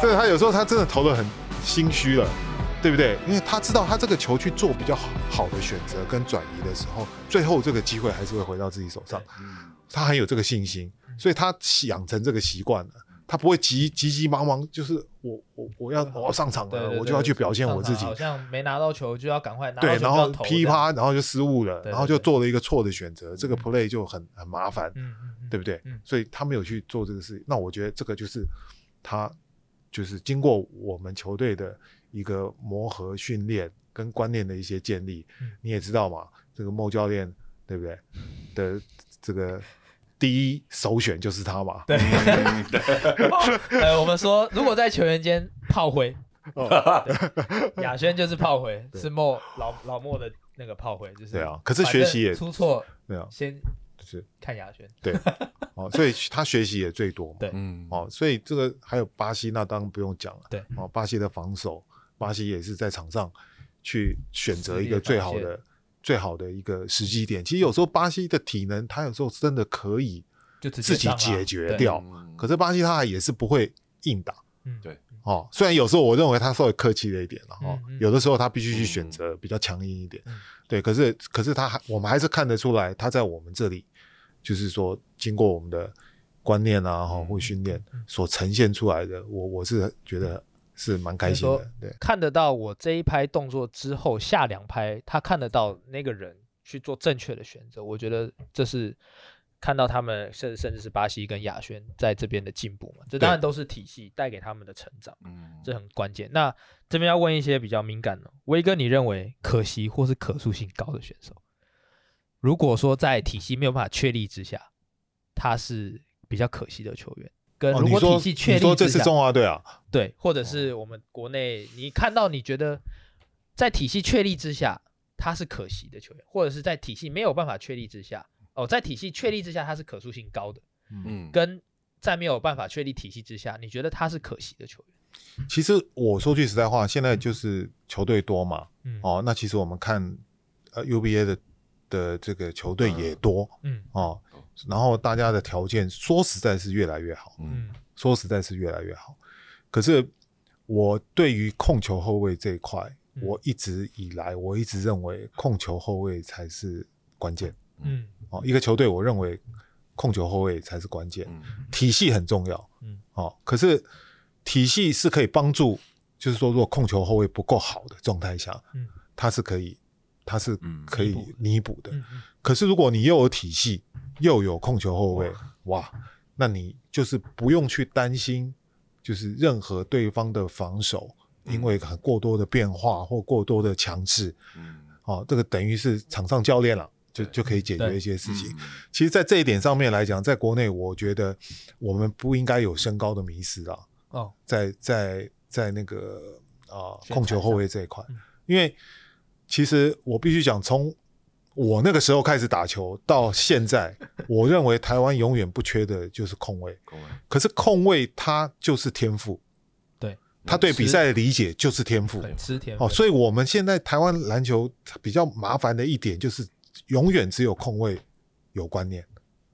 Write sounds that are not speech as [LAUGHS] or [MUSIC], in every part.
这他有时候他真的投的很心虚了，对不对？因为他知道他这个球去做比较好好的选择跟转移的时候，最后这个机会还是会回到自己手上。他很有这个信心，所以他养成这个习惯了。他不会急急急忙忙，就是我我我要我要上场对了，对对我就要去表现我自己上场好。像没拿到球就要赶快拿到对，球就然要后投噼这样，啪，然后就失误了，对然后对就对做了一个错的选择，这个 play 就很很麻烦。嗯嗯嗯，对不对嗯？所以他没有去做这个事情。那我觉得这个就是他就是经过我们球队的一个磨合、训练跟观念的一些建立嗯。你也知道嘛，这个莫教练对不对的这个第一首选就是他嘛。对，嗯对呃，我们说如果在球员间炮灰，哦亚轩就是炮灰，对是莫老老莫的那个炮灰，就是对啊可是学习也反正出错，对啊，先是看亚轩，哦，所以他学习也最多嘛。对嗯，哦，所以这个还有巴西，那当然不用讲了。对，哦，巴西的防守，巴西也是在场上去选择一个最好实力的的、最好的一个时机点。其实有时候巴西的体能，他有时候真的可以，就直接自己上啊解决对掉嗯可是巴西他也是不会硬打。嗯对哦，虽然有时候我认为他稍微客气了一点了哦，嗯嗯有的时候他必须去选择比较强硬一点，嗯对，可是可是他还我们还是看得出来，他在我们这里就是说经过我们的观念啊，哈、嗯或训练嗯所呈现出来的，我我是觉得是蛮开心就是的，对，看得到我这一拍动作之后，下两拍他看得到那个人去做正确的选择，我觉得这是看到他们甚甚至是巴西跟亚轩在这边的进步嘛，这当然都是体系带给他们的成长，嗯这很关键。那这边要问一些比较敏感的，威哥，你认为可惜或是可塑性高的选手，如果说在体系没有办法确立之下，他是比较可惜的球员。跟哦，呃如你果体说系确你立说这之次下，中华队啊，对，或者是我们国内你看到你觉得在体系确立之下他是可惜的球员，或者是在体系没有办法确立之下，哦，在体系确立之下他是可塑性高的，嗯跟在没有办法确立体系之下，你觉得他是可惜的球员？其实我说句实在话，现在就是球队多嘛，嗯，，哦，那其实我们看呃 UBA 的的这个球队也多。嗯哦，然后大家的条件说实在是越来越好，嗯嗯说实在是越来越好。可是我对于控球后卫这一块，嗯我一直以来我一直认为控球后卫才是关键嗯哦。一个球队，我认为控球后卫才是关键，嗯体系很重要，嗯，哦，可是体系是可以帮助，就是说，如果控球后卫不够好的状态下，嗯，它是可以，它是嗯可以弥补的，嗯可是如果你又有体系，又有控球后卫，哇，那你就是不用去担心，就是任何对方的防守，嗯因为很过多的变化或过多的强势，嗯哦，这个等于是场上教练了，就对嗯就可以解决对一些事情。其实，在这一点上面来讲，在国内，我觉得我们不应该有身高的迷失啊。哦，在在在那个啊、选材控球后卫这一块上嗯，因为其实我必须讲，从我那个时候开始打球到现在，我认为台湾永远不缺的就是控卫。各位可是控卫他就是天赋，对，他对比赛的理解就是天赋很吃甜哦。分所以我们现在台湾篮球比较麻烦的一点就是，永远只有控卫有观念，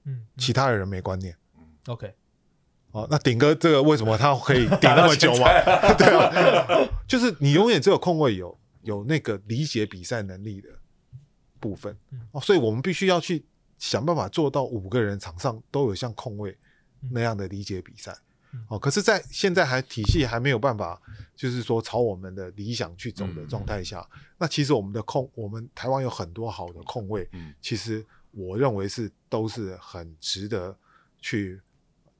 嗯嗯其他的人没观念。 OK，哦，那顶哥这个为什么他 [LAUGHS] 可以顶那么久嘛？ [LAUGHS] 对啊，就是你永远只有控卫有有那个理解比赛能力的部分嗯哦，所以我们必须要去想办法做到五个人场上都有像控卫嗯那样的理解比赛嗯哦。可是，在现在还体系还没有办法，就是说朝我们的理想去走的状态下，嗯那其实我们的控，我们台湾有很多好的控卫，嗯其实我认为是都是很值得去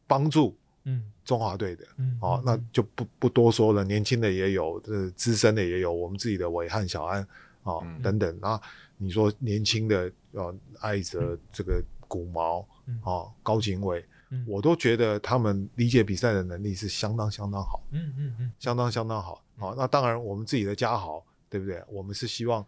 帮助嗯中华队的。嗯哦，那就不不多说了，年轻的也有，呃，资深的也有，我们自己的伟汉、小安哦嗯等等。啊，你说年轻的呃，艾泽这个古毛嗯哦，高景伟嗯，我都觉得他们理解比赛的能力是相当相当好，嗯嗯嗯相当相当好。哦，那当然我们自己的家豪，对不对？我们是希望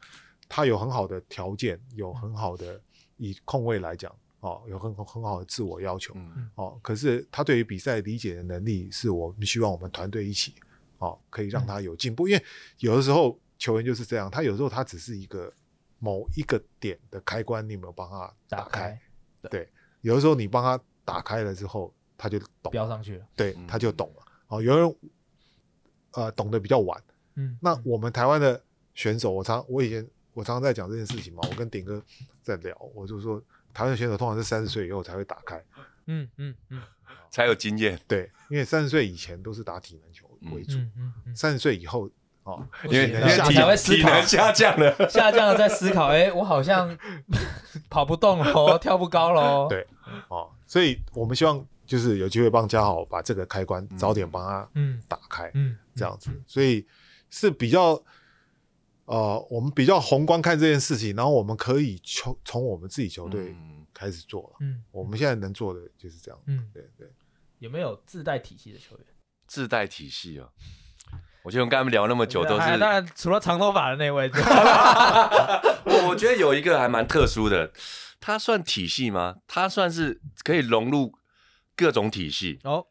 他有很好的条件，有很好的以控卫来讲，哦，有很很好的自我要求。嗯哦，可是他对于比赛理解的能力，是我们希望我们团队一起哦，可以让嗯他有进步。因为有的时候球员就是这样，他有时候他只是一个某一个点的开关，你有没有帮他打打开有的时候你帮他打开了之后，他就懂，标上去了，对嗯，他就懂了。哦，有人呃懂得比较晚。嗯，那我们台湾的选手，我常我以前我常常在讲这件事情嘛，我跟鼎哥在聊，我就说台湾的选手通常是三十岁以后才会打开，嗯嗯嗯才有经验，对，因为三十岁以前都是打体能球为主，嗯嗯嗯，三十岁以后哦，因为体因能为下降体才会思体考能下降了，下降了在思考，哎，我好像跑不动喽，跳不高喽。对哦，所以我们希望就是有机会帮嘉豪把这个开关早点帮他嗯打开，嗯，这样子，所以是比较呃，我们比较宏观看这件事情，然后我们可以球从我们自己球队嗯开始做了，嗯我们现在能做的就是这样，嗯，对对，有没有自带体系的球员？自带体系哦。我觉得我们跟他们聊那么久都啊还是当然除了长头发的那位之外，我我觉得有一个还蛮特殊的，它算体系吗？它算是可以融入各种体系。哦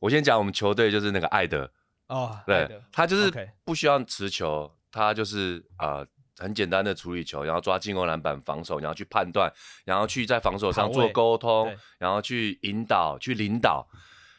我先讲我们球队就是那个艾德，哦，爱对的，他就是 OK 不需要持球，他就是呃很简单的处理球，然后抓进攻篮板防守，然后去判断，然后去在防守上跑做位沟通对，然后去引导、去领导。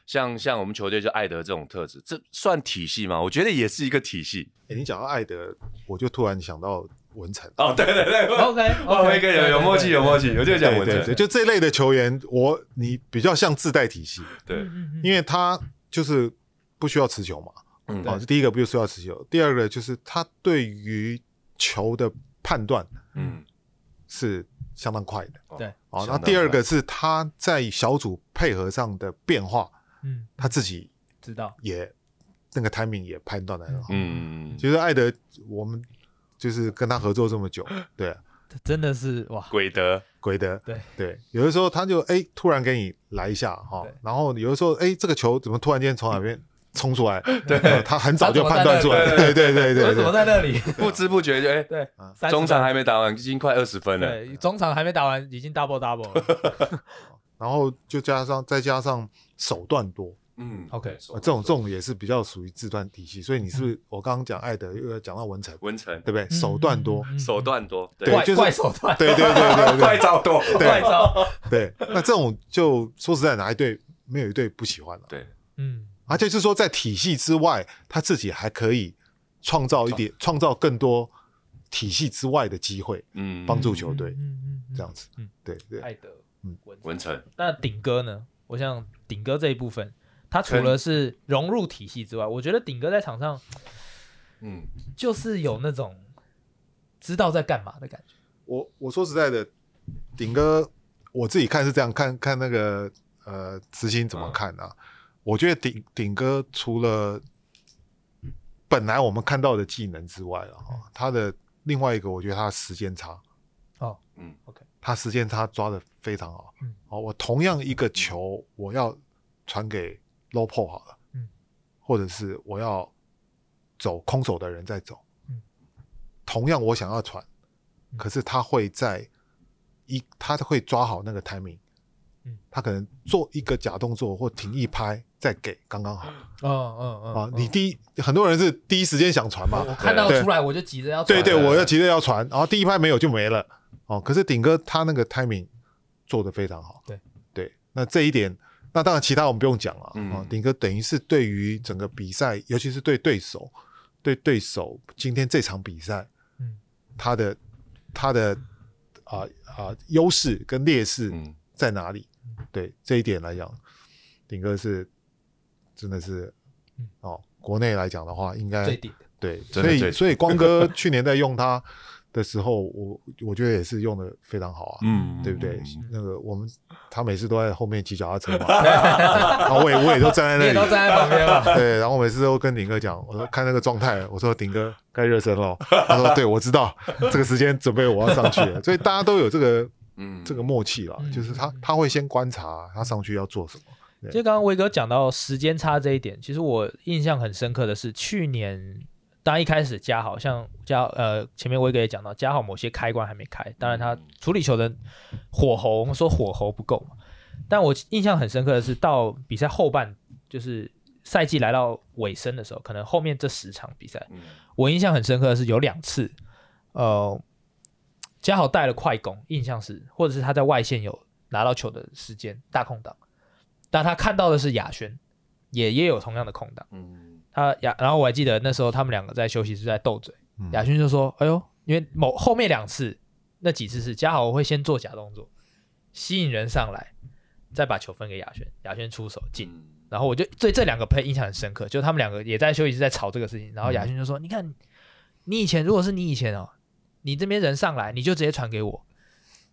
像像我们球队就艾德这种特质，这算体系吗？我觉得也是一个体系。哎，你讲到艾德，我就突然想到文成。哦，对对对 OK，哇辉哥有有默契，有默契，我就讲对我这对对，就这类的球员，我你比较像自带体系，对，因为他就是不需要持球嘛。嗯啊，第一个不需要持球，第二个就是他对于球的判断嗯，是相当快的。哦对啊，相那当第二个是他在小组配合上的变化，嗯，他自己知道，也那个 timing 也判断的很好。嗯，其实艾德，我们就是跟他合作这么久，对，这真的是哇，嗯鬼德，鬼的，对对，有的时候他就哎、突然给你来一下哈对，然后有的时候哎、这个球怎么突然间从哪边冲出来？嗯 [LAUGHS] 对、他很早就判断出来，他对怎对对我对怎么对，在那里？不知不觉就哎、对啊， 30中场分还没打完，已经快二十分了。对，中场还没打完，已经 double double 了。然后就加上再加上手段多，嗯嗯 OK 对呃这种这种也是比较属于自段体系，所以你是不是我刚刚讲艾德又要讲到文成，文成对不对？手段多，嗯嗯嗯手段多，嗯对怪就是怪手段，对对 [LAUGHS] 对对快招多，怪招，对 [LAUGHS] 对，那这种就说实在哪一队没有一队不喜欢啊了、对，嗯，而啊且是说在体系之外，他自己还可以创造一点，创造更多体系之外的机会，嗯帮助球队嗯，嗯嗯这样子。嗯对对，艾德，嗯文成文成，那顶哥呢？我想顶哥这一部分，他除了是融入体系之外，我觉得顶哥在场上嗯，就是有那种知道在干嘛的感觉。我我说实在的，顶哥我自己看是这样看，看那个呃执行怎么看啊？我觉得顶顶哥除了本来我们看到的技能之外嗯了哈，他的另外一个，我觉得他的时间差，哦，嗯，OK，他时间差抓的非常好。嗯哦，我同样一个球，我要传给 low p o 好了，嗯，或者是我要走空手的人再走，嗯，同样我想要传，嗯可是他会在一，他会抓好那个 timing，嗯，他可能做一个假动作或停一拍再给刚刚好嗯嗯嗯，啊嗯。你第一很多人是第一时间想传嘛我，看到出来我就急着要对传对，了我要急着要传，然后第一拍没有就没了哦。可是顶哥他那个 timing 做的非常好，对对，那这一点，那当然其他我们不用讲了啊、嗯哦顶哥等于是对于整个比赛，尤其是对对手，对对手今天这场比赛，嗯他的他的啊啊、优势跟劣势嗯在哪里？对这一点来讲，顶哥是真的是嗯哦，国内来讲的话，应该最顶的，对，真所的以最所以光哥 [LAUGHS] 去年在用它的时候，我我觉得也是用的非常好啊，嗯对不对嗯？那个我们他每次都在后面骑脚踏车嘛，然后我也我也都站你在也都那里。站在旁边嘛。对，然后每次都跟顶哥讲，我说看那个状态，我说顶哥该热身了。他说对，我知道，这个时间准备我要上去了。所以大家都有这个嗯这个默契啦，嗯就是他他会先观察他上去要做什么。其实刚刚威哥讲到时间差这一点，其实我印象很深刻的是去年，当然一开始加好像加呃前面威哥也讲到加好某些开关还没开，当然他处理球的火候，我们说火候不够嘛。但我印象很深刻的是到比赛后半，就是赛季来到尾声的时候，可能后面这十场比赛，嗯我印象很深刻的是有两次，呃，加好带了快攻，印象是，或者是他在外线有拿到球的时间大空档，但他看到的是亚轩，也也有同样的空档，嗯他亚，然后我还记得那时候他们两个在休息室在斗嘴，嗯亚勋就说：“哎呦，因为某后面两次那几次是嘉豪会先做假动作，吸引人上来，再把球分给亚轩，亚轩出手进。然后我就对这两个喷印象很深刻，就是他们两个也在休息室在吵这个事情。然后亚轩就说：‘你看，你以前如果是你以前哦，你这边人上来你就直接传给我，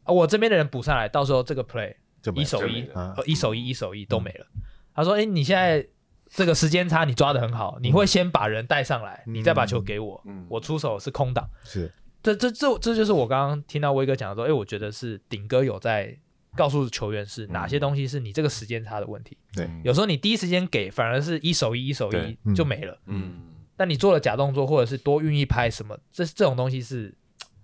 啊，我这边的人补上来，到时候这个 play 就没一了手就一没，了呃，一手一，一手一都没了。他说：“哎、你现在这个时间差你抓的很好，你会先把人带上来，你再把球给我，嗯我出手是空档。是这”这这这就是我刚刚听到威哥讲的说：“哎、我觉得是顶哥有在告诉球员是哪些东西是你这个时间差的问题。对有时候你第一时间给，反而是一手一，一手对一就没了。嗯但你做了假动作，或者是多运一拍什么，这这种东西是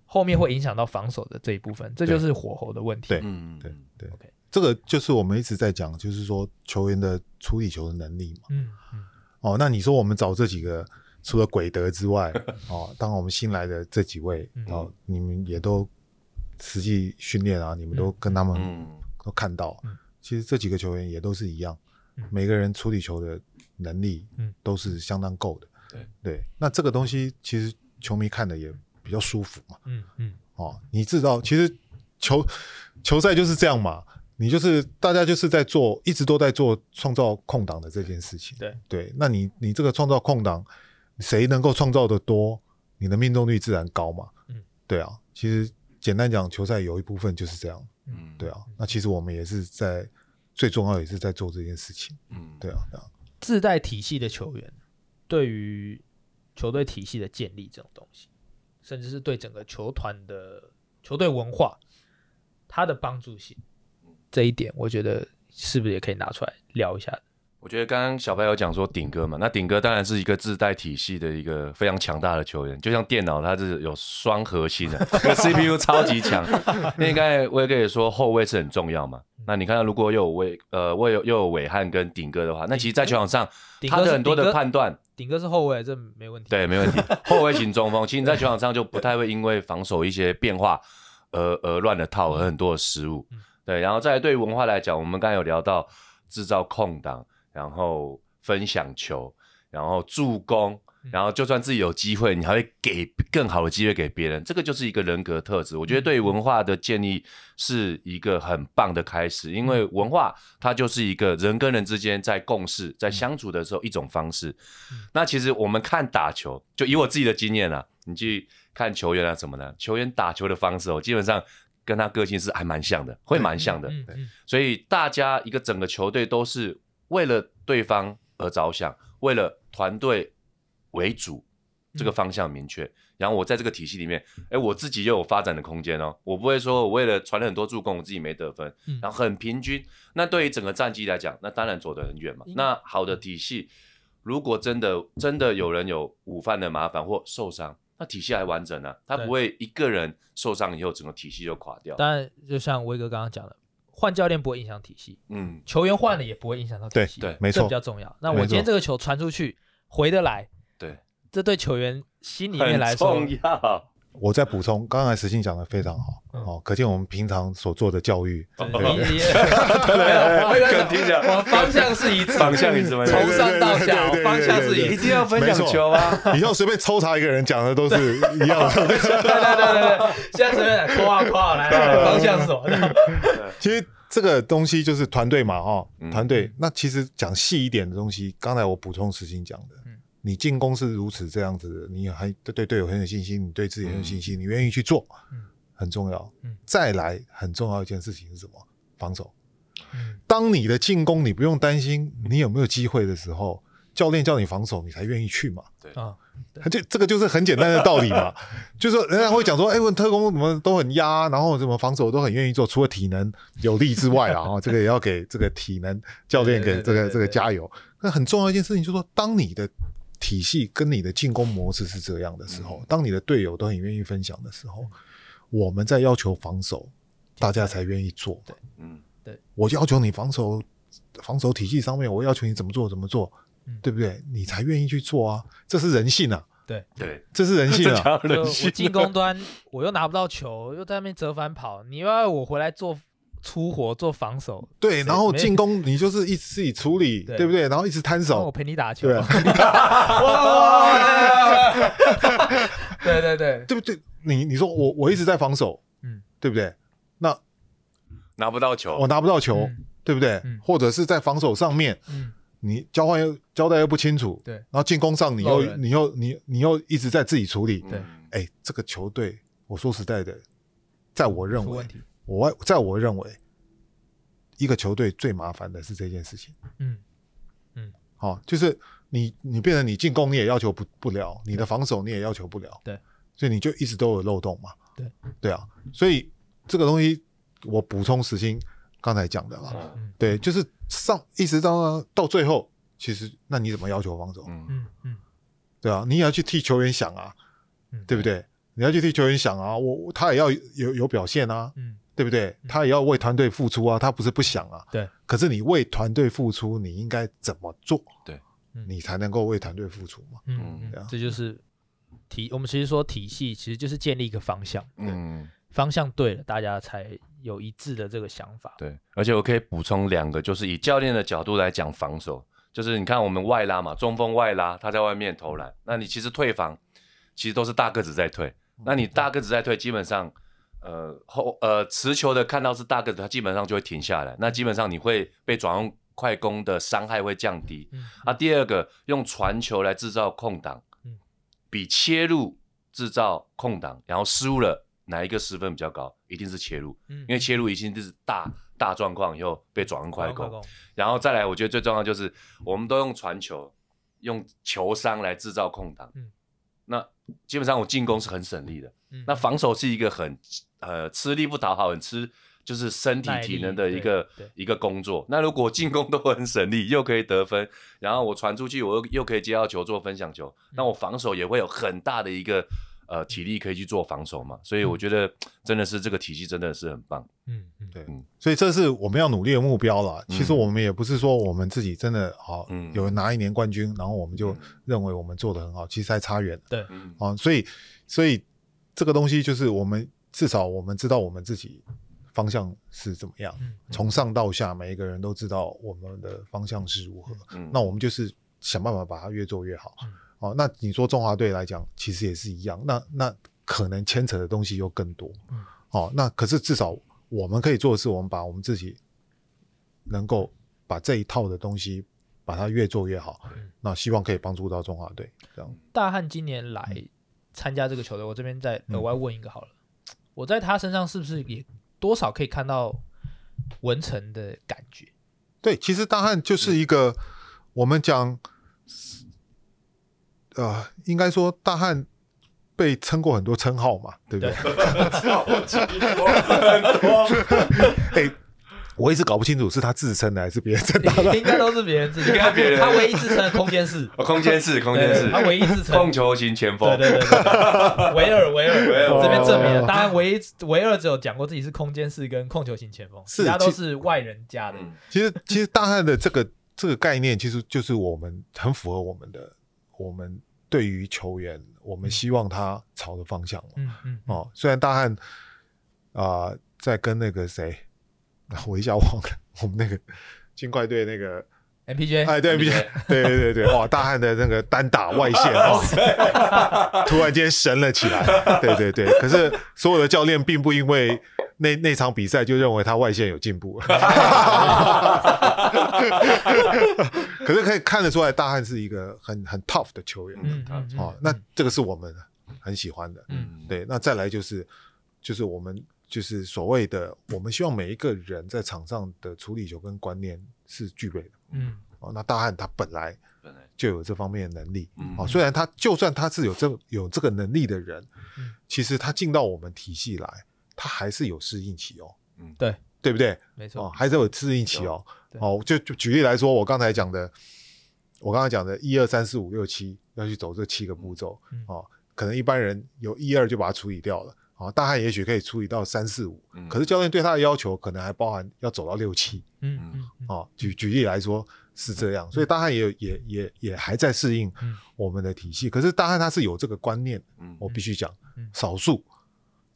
后面会影响到防守的这一部分，这对就是火候的问题。对嗯对对 OK 这个就是我们一直在讲，就是说球员的处理球的能力嘛。嗯嗯。”哦，那你说我们找这几个，除了鬼德之 [LAUGHS] 外，哦，当然我们新来的这几位，嗯哦，你们也都实际训练啊，你们都跟他们嗯都看到，嗯其实这几个球员也都是一样，嗯每个人处理球的能力嗯都是相当够的。对那这个东西其实球迷看的也比较舒服嘛。嗯嗯哦，你知道，其实球球赛就是这样嘛，你就是大家就是在做，一直都在做创造空档的这件事情。对对，那你你这个创造空档，谁能够创造的多，你的命中率自然高嘛。嗯，对啊，其实简单讲，球赛有一部分就是这样。嗯对啊，那其实我们也是在最重要也是在做这件事情，嗯对啊，对啊，自带体系的球员，对于球队体系的建立这种东西，甚至是对整个球团的球队文化，它的帮助性，这一点我觉得是不是也可以拿出来聊一下？我觉得刚刚小朋友讲说顶哥嘛，那顶哥当然是一个自带体系的一个非常强大的球员，就像电脑它是有双核心的，这个 CPU 超级强。那刚才威哥也说后卫是很重要嘛，那你看到如果又有伟呃，我有又有伟汉跟顶哥的话，那其实，在球场上顶他哥是的很多顶的哥判断，顶哥是后卫，这没问题。啊对，没问题。后卫型中锋，其实你在球场上就不太会因为防守一些变化而而乱了套，而很多的失误嗯。对，然后再来对于文化来讲，我们刚才有聊到制造空档，然后分享球，然后助攻，嗯然后就算自己有机会，你还会给更好的机会给别人，这个就是一个人格特质。我觉嗯得对于文化的建立是一个很棒的开始，因嗯为文化它就是一个人跟人之间在共事、嗯在相处的时候一种方式。那其实我们看打球，就以我自己的经验啊，你去看球员啊什么的，球员打球的方式哦，基本上跟他个性是还蛮像的，会蛮像的。嗯嗯所以大家一个整个球队都是为了对方而着想，为了团队为主，这嗯个方向明确。然后我在这个体系里面，哎，我自己又有发展的空间哦。我不会说我为了传了很多助攻，我自己没得分，嗯然后很平均。那对于整个战绩来讲，那当然走得很远嘛应。那好的体系，如果真的真的有人有午饭的麻烦或受伤，那体系还完整啊，他对不会一个人受伤以后整个体系就垮掉。当然，就像威哥刚刚讲的，换教练不会影响体系，嗯，球员换了也不会影响到体系，对对没这错比，较重要。那没我错今天这个球传出去，回得来，对，这对球员心里面很来说重，要。我再补充，刚才石信讲的非常好，嗯哦，可见我们平常所做的教育，对对你你没有跟听讲我方向是一致的，方向一致没错从上到对对对对对对下，对对方向 [LAUGHS] 是一一致。定要分享球啊！ [LAUGHS] 以后随便抽查一个人讲的都是一样 [LAUGHS] 的。对对对对对，现在随便来夸啊夸啊，来来方向是什么？其实这个东西就是团队嘛，哦嗯，团队。那其实讲细一点的东西，刚才我补充石信讲的嗯，你进攻是如此这样子的，你还对对队友很有信心，你对自己很有信心，你愿意去做嗯，很重要嗯。再来，很重要一件事情是什么？防守。嗯当你的进攻你不用担心你有没有机会的时候，教练叫你防守，你才愿意去嘛。啊，他就这个就是很简单的道理嘛，就是说人家会讲说，哎、问特工怎么都很压，然后什么防守都很愿意做，除了体能有力之外啊，哦，这个也要给这个体能教练给对对这对个对这个对加油。那很重要一件事情就是说，当你的体系跟你的进攻模式是这样的时嗯候，当你的队友都很愿意分享的时候，我们在要求防守，大家才愿意做。嗯，我要求你防守防守体系上面，我要求你怎么做怎么做嗯，对不对？你才愿意去做啊，这是人性啊， [LAUGHS] 对，这是人性这 [LAUGHS] 啊。叫就人我性。进攻端我又拿不到球，又在那边折返跑，你又要我回来做出活做防守，对，然后没进攻你就是一直自己处理，对哦对不对？然后一直摊让我手，陪你打 [LAUGHS] 球。对啊 [LAUGHS] 对对对，对不对？你你说我我一直在防守，嗯对不对？那拿不到球我，拿不到球，嗯对不对？嗯或者是在防守上面，嗯，你交换又交代又不清楚，对然后进攻上你漏又人你又你你又一直在自己处理，对嗯哎，这个球队，我说实在的，在我认出为问，题。我在我认为，一个球队最麻烦的是这件事情。嗯，哦，就是你你变成你进攻你也要求不不了，你的防守你也要求不了，对，所以你就一直都有漏洞嘛，对，对啊，所以这个东西我补充时薪刚才讲的啦，嗯对，就是上一直到到最后，其实那你怎么要求防守？嗯，嗯嗯，对啊，你也要去替球员想啊，嗯对不？对？你要去替球员想啊，我我他也要有有表现啊，嗯，对不对？他也要为团队付出啊，他不是不想啊。对。可是你为团队付出，你应该怎么做？对，嗯你才能够为团队付出嘛。嗯嗯对啊这就是体。我们其实说体系，其实就是建立一个方向，嗯，方向对了，大家才有一致的这个想法。对，而且我可以补充两个，就是以教练的角度来讲防守，就是你看我们外拉嘛，中锋外拉，他在外面投篮，那你其实退防，其实都是大个子在退，那你大个子在退，基本上，呃后呃持球的看到是大个子，他基本上就会停下来，那基本上你会被转用快攻的伤害会降低。嗯啊，第二个用传球来制造空档嗯，比切入制造空档，然后失误了哪一个失分比较高？一定是切入。嗯，因因为切入已经就是大大状况以后被转换快攻，，然后再来，我觉得最重要就是我们都用传球，用球商来制造空档。嗯那基本上我进攻是很省力的，嗯那防守是一个很呃吃力不讨好，很吃就是身体耐力体能的一个对对一个工作。那如果进攻都很省力，又可以得分，然后我传出去，我又又可以接到球做分享球，嗯那我防守也会有很大的一个呃体力可以去做防守嘛。所以我觉得真的是这个体系真的是很棒。嗯嗯对嗯，所以这是我们要努力的目标啦。嗯其实我们也不是说我们自己真的好、嗯有拿一年冠军，然后我们就嗯认为我们做的很好，其实还差远对，嗯啊。所以，所以这个东西就是我们至少我们知道我们自己方向是怎么样，嗯从上到下每一个人都知道我们的方向是如何。嗯那我们就是想办法把它越做越好嗯。哦，那你说中华队来讲，其实也是一样。那那可能牵扯的东西又更多嗯。哦，那可是至少我们可以做的是，我们把我们自己能够把这一套的东西把它越做越好嗯。那希望可以帮助到中华队。这样，大汉今年来参加这个球队，我这边再嗯额外问一个好了，我在他身上是不是也多少可以看到文成的感 [LAUGHS] 觉？对，其实大汉嗯就是一个、我们讲，呃，应该说大汉被称过很多称号嘛，对不对？ [LAUGHS] 哎、我一直搞不清楚是他自称的还是别人 [LAUGHS] 称的。应该都是别人自己，应该别人他唯一自称的空间是，哦空间是空间对是，他唯一自控称。球型前锋对，对对对，对维尔维尔维尔这边证明了，哦当然唯一唯二只有讲过自己是空间式跟控球型前锋，是其他都其是外人家的。嗯其实，其实大汉的这个这个概念，其实就是我们很符合我们的我们对于球员，我们希望他朝的方向嘛。嗯嗯，嗯哦，虽然大汉啊、在跟那个谁，啊我一下忘了我们那个金块队那个， ，MPJ，哎，对，比较，对对对对，哇，大汉的那个单打外线哦，突然间神了起来。对对对，可是所有的教练并不因为那那场比赛就认为他外线有进步， [LAUGHS] 可是可以看得出来，大汉是一个很很 tough 的球员、嗯嗯嗯哦。那这个是我们很喜欢的。嗯对，那再来就是就是我们就是所谓的，我们希望每一个人在场上的处理球跟观念是具备的。嗯哦，那大汉他本来本来就有这方面的能力。嗯哦，虽然他就算他是有这有这个能力的人，嗯其实他进到我们体系来，他还是有适应期哦，嗯对对不对？没错哦，，还是有适应期哦。对哦，就就举例来说，我刚才讲的，我刚才讲的一二三四五六七要去走这七个步骤、嗯哦，可能一般人有一二就把它处理掉了。哦，大汉也许可以处理到三四五嗯，可是教练对他的要求可能还包含要走到六七。嗯嗯嗯哦，举举例来说是这样，所以大汉也有也也也还在适应嗯我们的体系。可是大汉他是有这个观念，嗯我必须讲嗯，少数，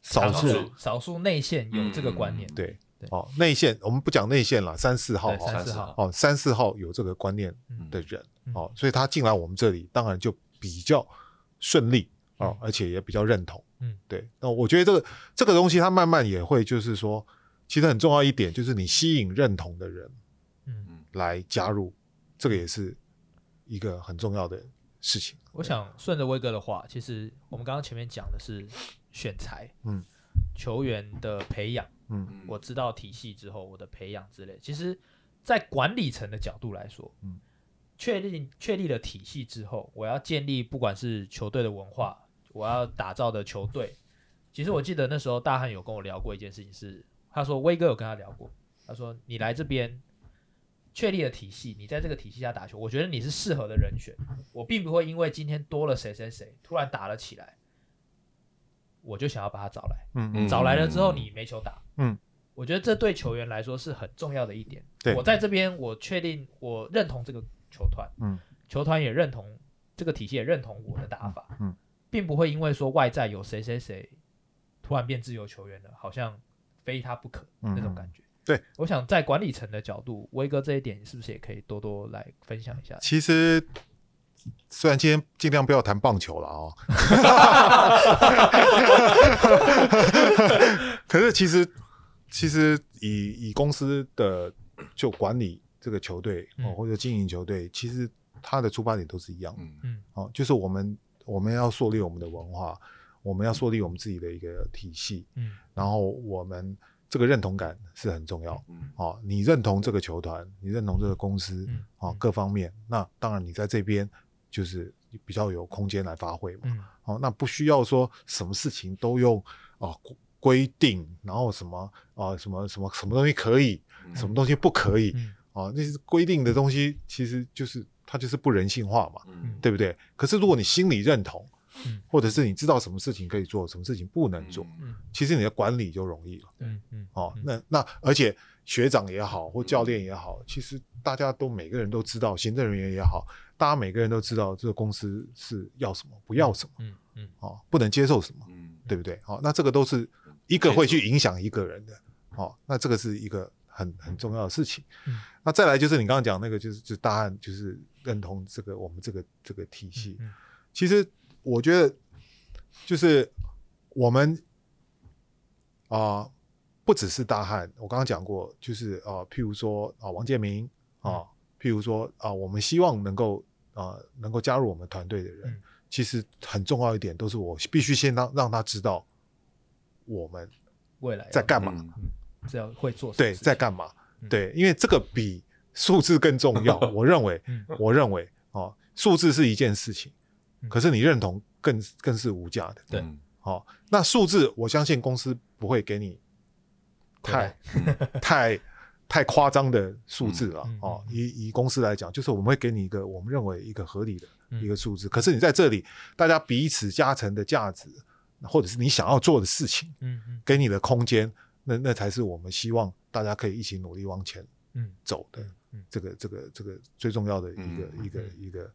少少数数少数内线有这个观念，对，哦，内线我们不讲内线了，三四号对，哦三三四四号号，哦，三四号有这个观念的人、嗯哦，所以他进来我们这里，当然就比较顺利哦嗯，而且也比较认同。嗯，对。那我觉得这个这个东西，它慢慢也会就是说，其实很重要一点就是你吸引认同的人嗯，来加入，这个也是一个很重要的事情。我想顺着威哥的话，其实我们刚刚前面讲的是选材，嗯，球员的培养，嗯我知道体系之后，我的培养之类，其实，在管理层的角度来说，嗯，确定确立了体系之后，我要建立不管是球队的文化，我要打造的球队。其实我记得那时候大汉有跟我聊过一件事情是，他说威哥有跟他聊过，他说你来这边确立了体系，你在这个体系下打球，我觉得你是适合的人选。我并不会因为今天多了谁谁谁突然打了起来，我就想要把他找来。嗯嗯找来了之后你没球打，嗯，我觉得这对球员来说是很重要的一点。对我在这边我确定我认同这个球团，嗯，球团也认同这个体系，也认同我的打法，嗯并不会因为说外在有谁谁谁突然变自由球员了，好像非他不可嗯那种感觉。对，我想在管理层的角度，威哥这一点是不是也可以多多来分享一下？其实虽然今天尽量不要谈棒球了哦， [LAUGHS] 可是其实其实以以公司的就管理这个球队哦嗯，或者经营球队，其实它的出发点都是一样的嗯嗯哦，就是我们我们要树立我们的文化，我们要树立我们自己的一个体系，嗯然后我们这个认同感是很重要。嗯哦，你认同这个球团，你认同这个公司，嗯哦嗯，各方面，那当然你在这边就是比较有空间来发挥嘛。嗯哦，那不需要说什么事情都用哦规规定，然后什么啊、什么什么什么东西可以，嗯什么东西不可以嗯哦，那些规定的东西其实就是它就是不人性化嘛，嗯对不对？可是如果你心里认同嗯，或者是你知道什么事情可以做，什么事情不能做，嗯其实你的管理就容易了。嗯嗯哦嗯，那那而且学长也好，或教练也好，其实大家都每个人都知道，行政人员也好，大家每个人都知道这个公司是要什么，不要什么，嗯嗯哦，不能接受什么，嗯对不对？哦，那这个都是一个会去影响一个人的，哦，那这个是一个很很重要的事情。嗯那再来就是你刚刚讲那个，就是就大案就是认同这个我们这个这个体系，嗯其实我觉得，就是我们啊、不只是大汉，我刚刚讲过，就是啊、譬如说啊、王建民啊、嗯譬如说啊、我们希望能够啊、能够加入我们团队的人，嗯其实很重要一点，都是我必须先让让他知道我们未来在干嘛，嗯这样会做什么对，事情在干嘛，哎嗯对，因为这个比数字更重 [LAUGHS] 要，我认为。嗯我认为哦，数字是一件事情，嗯可是你认同更更是无价的。对嗯哦，那数字我相信公司不会给你太 [LAUGHS] 太太夸张的数字了、嗯嗯哦。嗯以以公司来讲，就是我们会给你一个我们认为一个合理的嗯一个数字，可是你在这里大家彼此加成的价值，或者是你想要做的事情，嗯嗯给你的空间，那那才是我们希望大家可以一起努力往前嗯走的嗯这个这个这个最重要的一个、嗯一个一个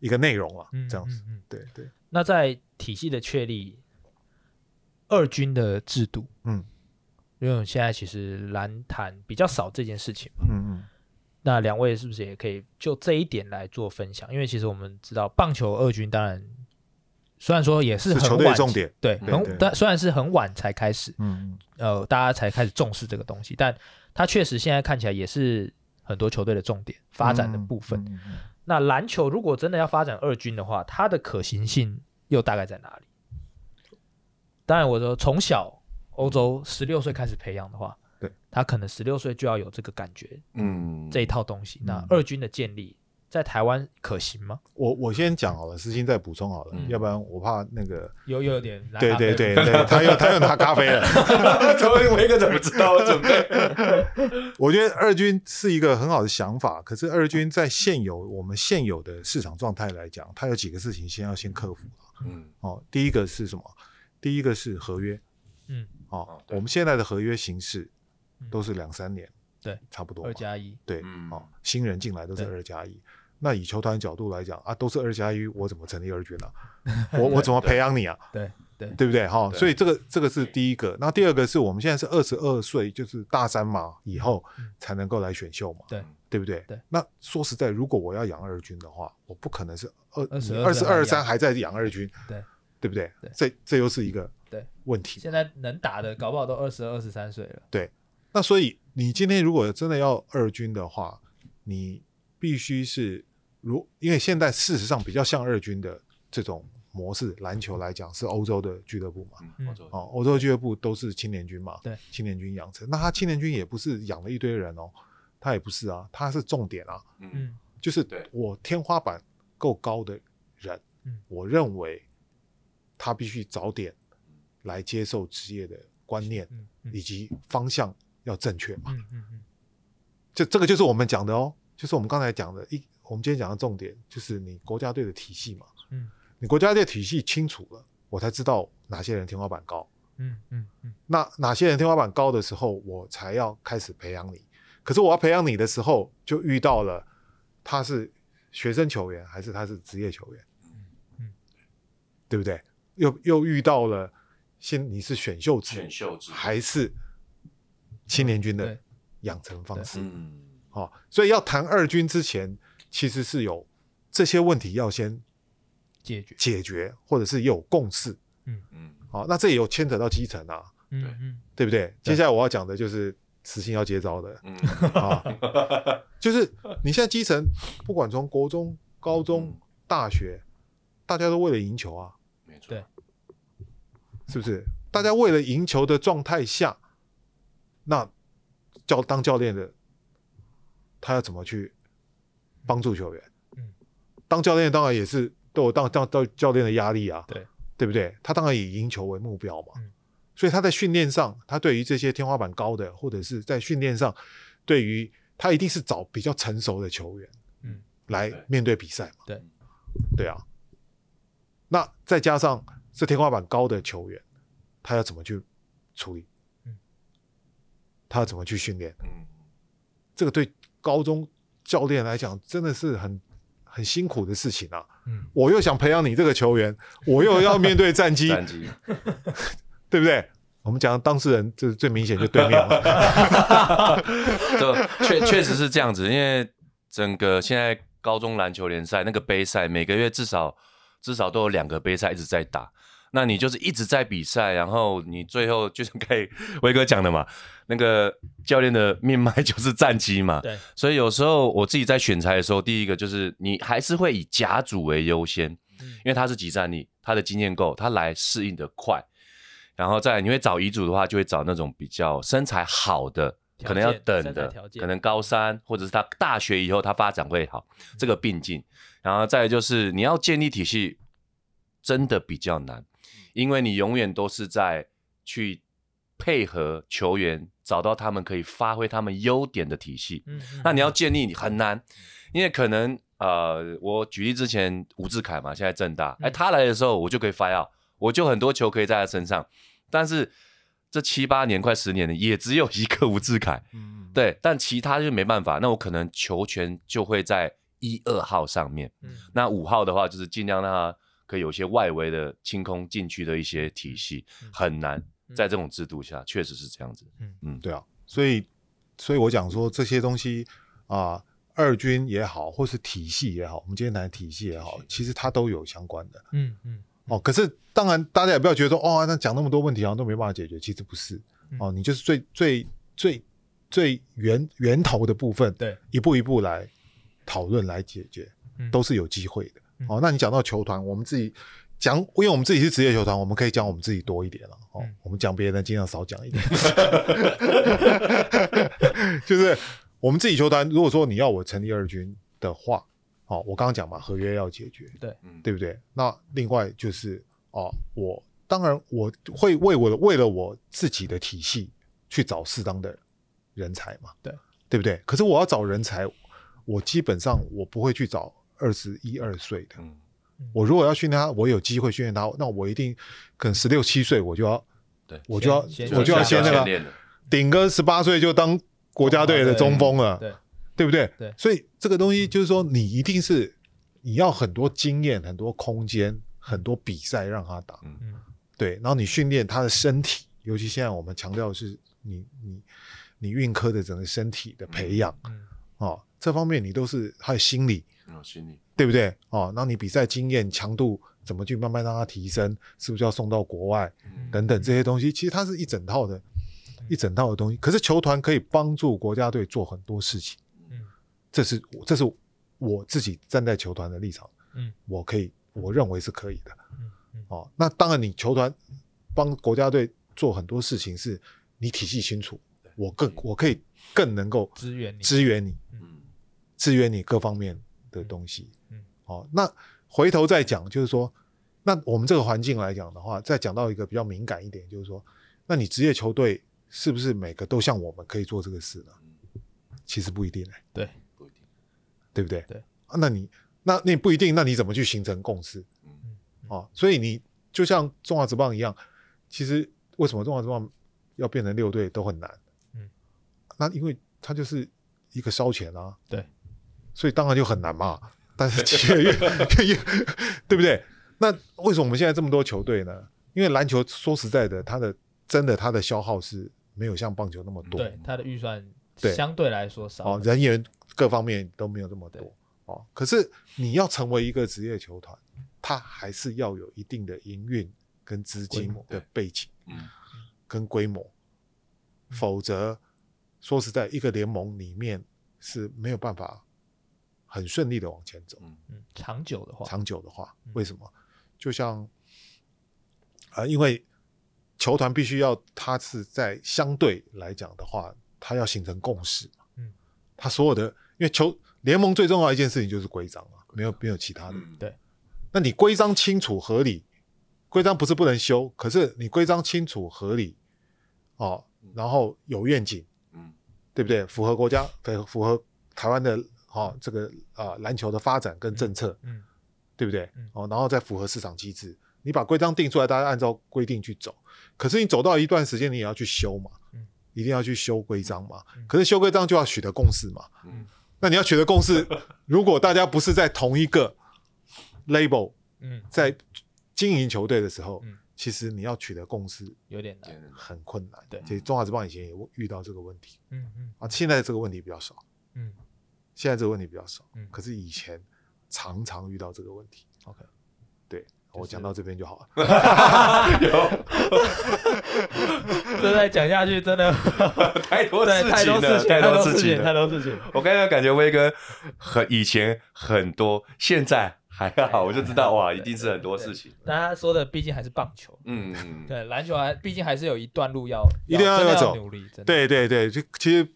一个内容啊，嗯，这样子，嗯嗯嗯对对，那在体系的确立，二军的制度，嗯，因为我们现在其实篮坛比较少这件事情嘛，嗯那两位是不是也可以就这一点来做分享？因为其实我们知道棒球二军当然。虽然说也是是很球队晚重点，对，对对很但虽然是很晚才开始，嗯呃，大家才开始重视这个东西，但它确实现在看起来也是很多球队的重点发展的部分。嗯嗯那篮球如果真的要发展二军的话，它的可行性又大概在哪里？当然，我说从小欧洲十六岁开始培养的话，嗯对，他可能十六岁就要有这个感觉嗯这一套东西。那嗯二军的建立在台湾可行吗？我我先讲好了，思欣再补充好了，嗯要不然我怕那个，有有点对对对对，他又他又拿咖 [LAUGHS] 啡了。怎么我一个怎么知道我准备？我觉得二军是一个很好的想法，可是二军在现有我们现有的市场状态来讲，它有几个事情先要先克服嗯哦。第一个是什么？第一个是合约，嗯，哦哦，对我们现在的合约形式嗯都是两三年，对，差不多嘛二加 [LAUGHS] 一，对，嗯哦，新人进来都是对二加一。那 [LAUGHS] 以球团角度来讲啊，都是二加一，我怎么成立二军啊？我我怎么培养你啊？对，对对不对？哈，对所以这个这个是第一个。那第二个是我们现在是二十二岁，就是大三嘛，以后嗯才能够来选秀嘛，对对不对？对。那说实在，如果我要养二军的话，我不可能是二22二十二还三养还在养二军，对对不对对？这这又是一个对问题。现在能打的，搞不好都二十二、二十三岁了。那所以你今天如果真的要二军的话，你必须是如因为现在事实上比较像二军的这种模式，篮球来讲是欧洲的俱乐部嘛。嗯嗯我走哦，欧洲俱乐部都是青年军嘛，对，青年军养成。那他青年军也不是养了一堆人哦，他也不是啊，他是重点啊，嗯嗯，就是对我天花板够高的人，嗯我认为他必须早点来接受职业的观念、嗯嗯以及方向要正确嘛。嗯嗯嗯，就这个就是我们讲的哦，就是我们刚才讲的一，我们今天讲的重点就是你国家队的体系嘛，嗯，你国家队体系清楚了，我才知道哪些人天花板高。嗯嗯嗯那哪些人天花板高的时候，我才要开始培养你。可是我要培养你的时候，就遇到了他是学生球员还是他是职业球员，嗯对不对？又又遇到了先你是选秀制选秀制，还是青年军的对养成方式嗯，哦，所以要谈二军之前，其实是有这些问题要先解决。解决，或者是有共识。嗯好、那这也有牵扯到基层啊，嗯对嗯对不对？对接下来我要讲的就是实薪要接招 [LAUGHS] 的嗯，啊，就是你现在基层，不管从国中、高中嗯、大学，大家都为了赢球啊，没错，对是不是？大家为了赢球的状态下，那教当教练的他要怎么去帮助球员？嗯，当教练当然也是都有当当当教练的压力啊，对对不对？他当然以赢球为目标嘛，嗯所以他在训练上，他对于这些天花板高的，或者是在训练上，对于他一定是找比较成熟的球员嗯来对面对比赛嘛，对对啊。那再加上这天花板高的球员，他要怎么去处理？嗯他要怎么去训练？嗯，这个对高中教练来讲，真的是很很辛苦的事情啊！嗯，我又想培养你这个球员，我又要面对 [LAUGHS] 战机，战绩，对不对？我们讲当事人，这最明显就对面了。对，确确实是这样子，因为整个现在高中篮球联赛那个杯赛，每个月至少至少都有两个杯赛一直在打。那你就是一直在比赛，然后你最后就像刚才威哥讲的嘛，那个教练的命脉就是战绩嘛。对，所以有时候我自己在选材的时候，第一个就是你还是会以甲组为优先，嗯因为他是集战力，他的经验够，他来适应的快。然后再来你会找遗嘱的话，就会找那种比较身材好的，条件可能要等身材的条，件可能高三或者是他大学以后他发展会好，这嗯个并进。然后再来就是你要建立体系，真的比较嗯难，因为你永远都是在去配合球员，找到他们可以发挥他们优点的体系。嗯， [LAUGHS] 那你要建立你很难，因为可能呃，我举例之前吴志凯嘛，现在正大，哎，嗯他来的时候我就可以 fire out，我就很多球可以在他身上，但是这七八年快十年的也只有一个吴志凯， [LAUGHS] 嗯，对，但其他就没办法，那我可能球权就会在一二号上面，嗯那五号的话就是尽量让他可以有一些外围的清空禁区的一些体系，嗯很难嗯在这种制度下，确实是这样子，对啊。所以，所以我讲说这些东西啊、二军也好，或是体系也好，我们今天谈的体系也好体系，其实它都有相关的嗯嗯哦。可是，当然大家也不要觉得说哦，那讲那么多问题好像都没办法解决，其实不是嗯哦。你就是最最最最源源头的部分，对，一步一步来讨论来解决，嗯都是有机会的。嗯哦，那你讲到球团，我们自己讲，因为我们自己是职业球团，我们可以讲我们自己多一点了。哦，嗯我们讲别人尽量少讲一点。 [LAUGHS] 就是我们自己球团，如果说你要我成立二军的话，哦，我刚刚讲嘛，合约要解决，嗯，对不对？那另外就是哦，我当然我会为我的为了我自己的体系去找适当的人才嘛，对对不对？可是我要找人才，我基本上我不会去找二十一二岁的。嗯，我如果要训练他，我有机会训练他，那我一定可能十六七岁我就要，对我就要先我就要先那先个练了顶个十八岁就当国家队的中锋了，对，对不对？对所以这个东西就是说，你一定是你要很多经验、很多空间、很多比赛让他打，嗯嗯对，然后你训练他的身体，尤其现在我们强调的是你你你运科的整个身体的培养嗯，哦，这方面你都是还有心理，嗯，心里对不对？哦，那你比赛经验强度怎么去慢慢让它提升？是不是要送到国外嗯等等这些东西？其实它是一整套的，一整套的东西。可是球团可以帮助国家队做很多事情，嗯这是我这是我自己站在球团的立场，嗯，我可以，我认为是可以的。嗯嗯哦，那当然，你球团帮国家队做很多事情，是你体系清楚，我嗯更我可以更能够支援你，支援你，嗯支援你各方面的东西。嗯嗯哦，那回头再讲，就是说，那我们这个环境来讲的话，再讲到一个比较敏感一点，就是说，那你职业球队是不是每个都像我们可以做这个事呢？其实不一定、欸，对，不一定，对不对？对啊，那你那那不一定，那你怎么去形成共识？嗯哦，所以你就像中华职棒一样，其实为什么中华职棒要变成六队都很难？啊嗯，那因为它就是一个烧钱啊，对，所以当然就很难嘛。但是其实越越越，对不对？那为什么我们现在这么多球队呢？因为篮球说实在的，它的真的它的消耗是没有像棒球那么多，对他的预算对相对来说少哦很，多，人员各方面都没有这么多对哦。可是你要成为一个职业球团，它还是要有一定的营运跟资规金模的背景嗯跟规模，嗯否则说实在，一个联盟里面是没有办法很顺利的往前走。嗯嗯，长久的话，长久的话嗯，为什么？就像啊、呃因为球团必须要，它是在相对来讲的话，它要形成共识嘛。嗯，它所有的，因为球联盟最重要的一件事情就是规章嘛，没有没有其他的。嗯对那你规章清楚合理，规章不是不能修，可是你规章清楚合理哦，然后有愿景，嗯对不对？符合国家，符符合台湾的哦这个啊、篮球的发展跟政策，嗯对不对嗯？哦，然后再符合市场机制，你把规章定出来，大家按照规定去走。可是你走到一段时间，你也要去修嘛，嗯一定要去修规章嘛。嗯可是修规章就要取得共识嘛。嗯那你要取得共识，如果大家不是在同一个 label 嗯，在经营球队的时候，嗯其实你要取得共识有点难，天哪很困难。对其实中华职棒以前也遇到这个问题嗯嗯啊，现在这个问题比较少，嗯现在这个问题比较少。嗯可是以前常常遇到这个问题。 ，OK，对我就是呃讲到这边就好了。这再讲下去真的太多事对太多情了，事情，太多事情情，太了。多事情。我刚刚感觉威哥很以前很多，现在还好，我就知道哇，一定是很多事情。但他说的毕竟还是棒球，嗯嗯，嗯对篮球还毕竟还是有一段路要，一定要真的要走努力，真的。对对对，就其实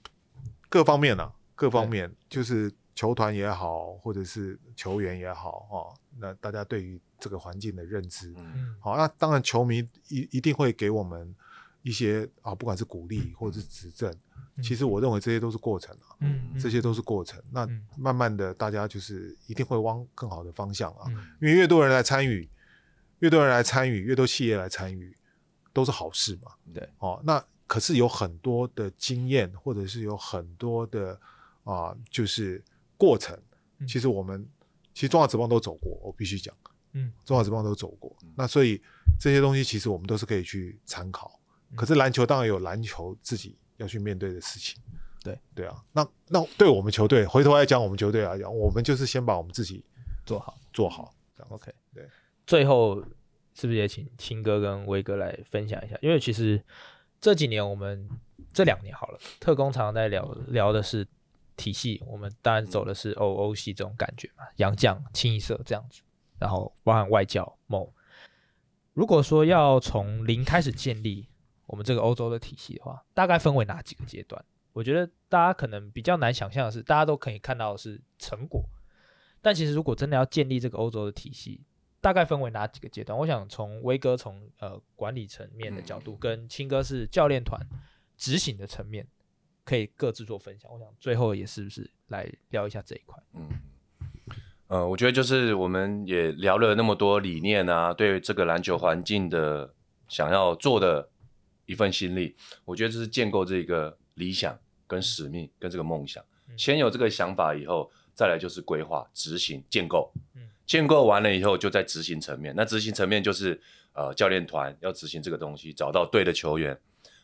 各方面啊，各方面就是球团也好，或者是球员也好哦，那大家对于这个环境的认知，嗯嗯，好，那当然球迷一一定会给我们一些啊，不管是鼓励或者是指正，嗯其实我认为这些都是过程啊，嗯，嗯这些都是过程。那嗯慢慢的，大家就是一定会往更好的方向啊，嗯因为越多人来参与，越多人来参与，越多企业来参与，都是好事嘛。对，哦，那可是有很多的经验，或者是有很多的啊、就是过程嗯。其实我们其实中华职棒都走过，我必须讲，嗯中华职棒都走过。那所以这些东西其实我们都是可以去参考。嗯可是篮球当然有篮球自己要去面对的事情。对对啊，那那对我们球队，回头来讲我们球队来讲，我们就是先把我们自己做好做好。这样子，OK。对，最后是不是也请青哥跟威哥来分享一下？因为其实这几年我们这两年好了，特工常常在聊聊的是体系，我们当然走的是 OO 系这种感觉嘛，洋将、清一色这样子，然后包含外教、某。如果说要从零开始建立我们这个欧洲的体系的话，大概分为哪几个阶段？我觉得大家可能比较难想象的是，大家都可以看到的是成果，但其实如果真的要建立这个欧洲的体系，大概分为哪几个阶段？我想从威哥从呃管理层面的角度，跟青哥是教练团执行的层面，可以各自做分享。我想最后也是不是来聊一下这一块？嗯，呃，我觉得就是我们也聊了那么多理念啊，对这个篮球环境的想要做的一份心力，我觉得就是建构这个理想、跟使命、跟这个梦想。嗯先有这个想法以后，再来就是规划、执行、建构。嗯建构完了以后，就在执行层面。那执行层面就是呃，教练团要执行这个东西，找到对的球员，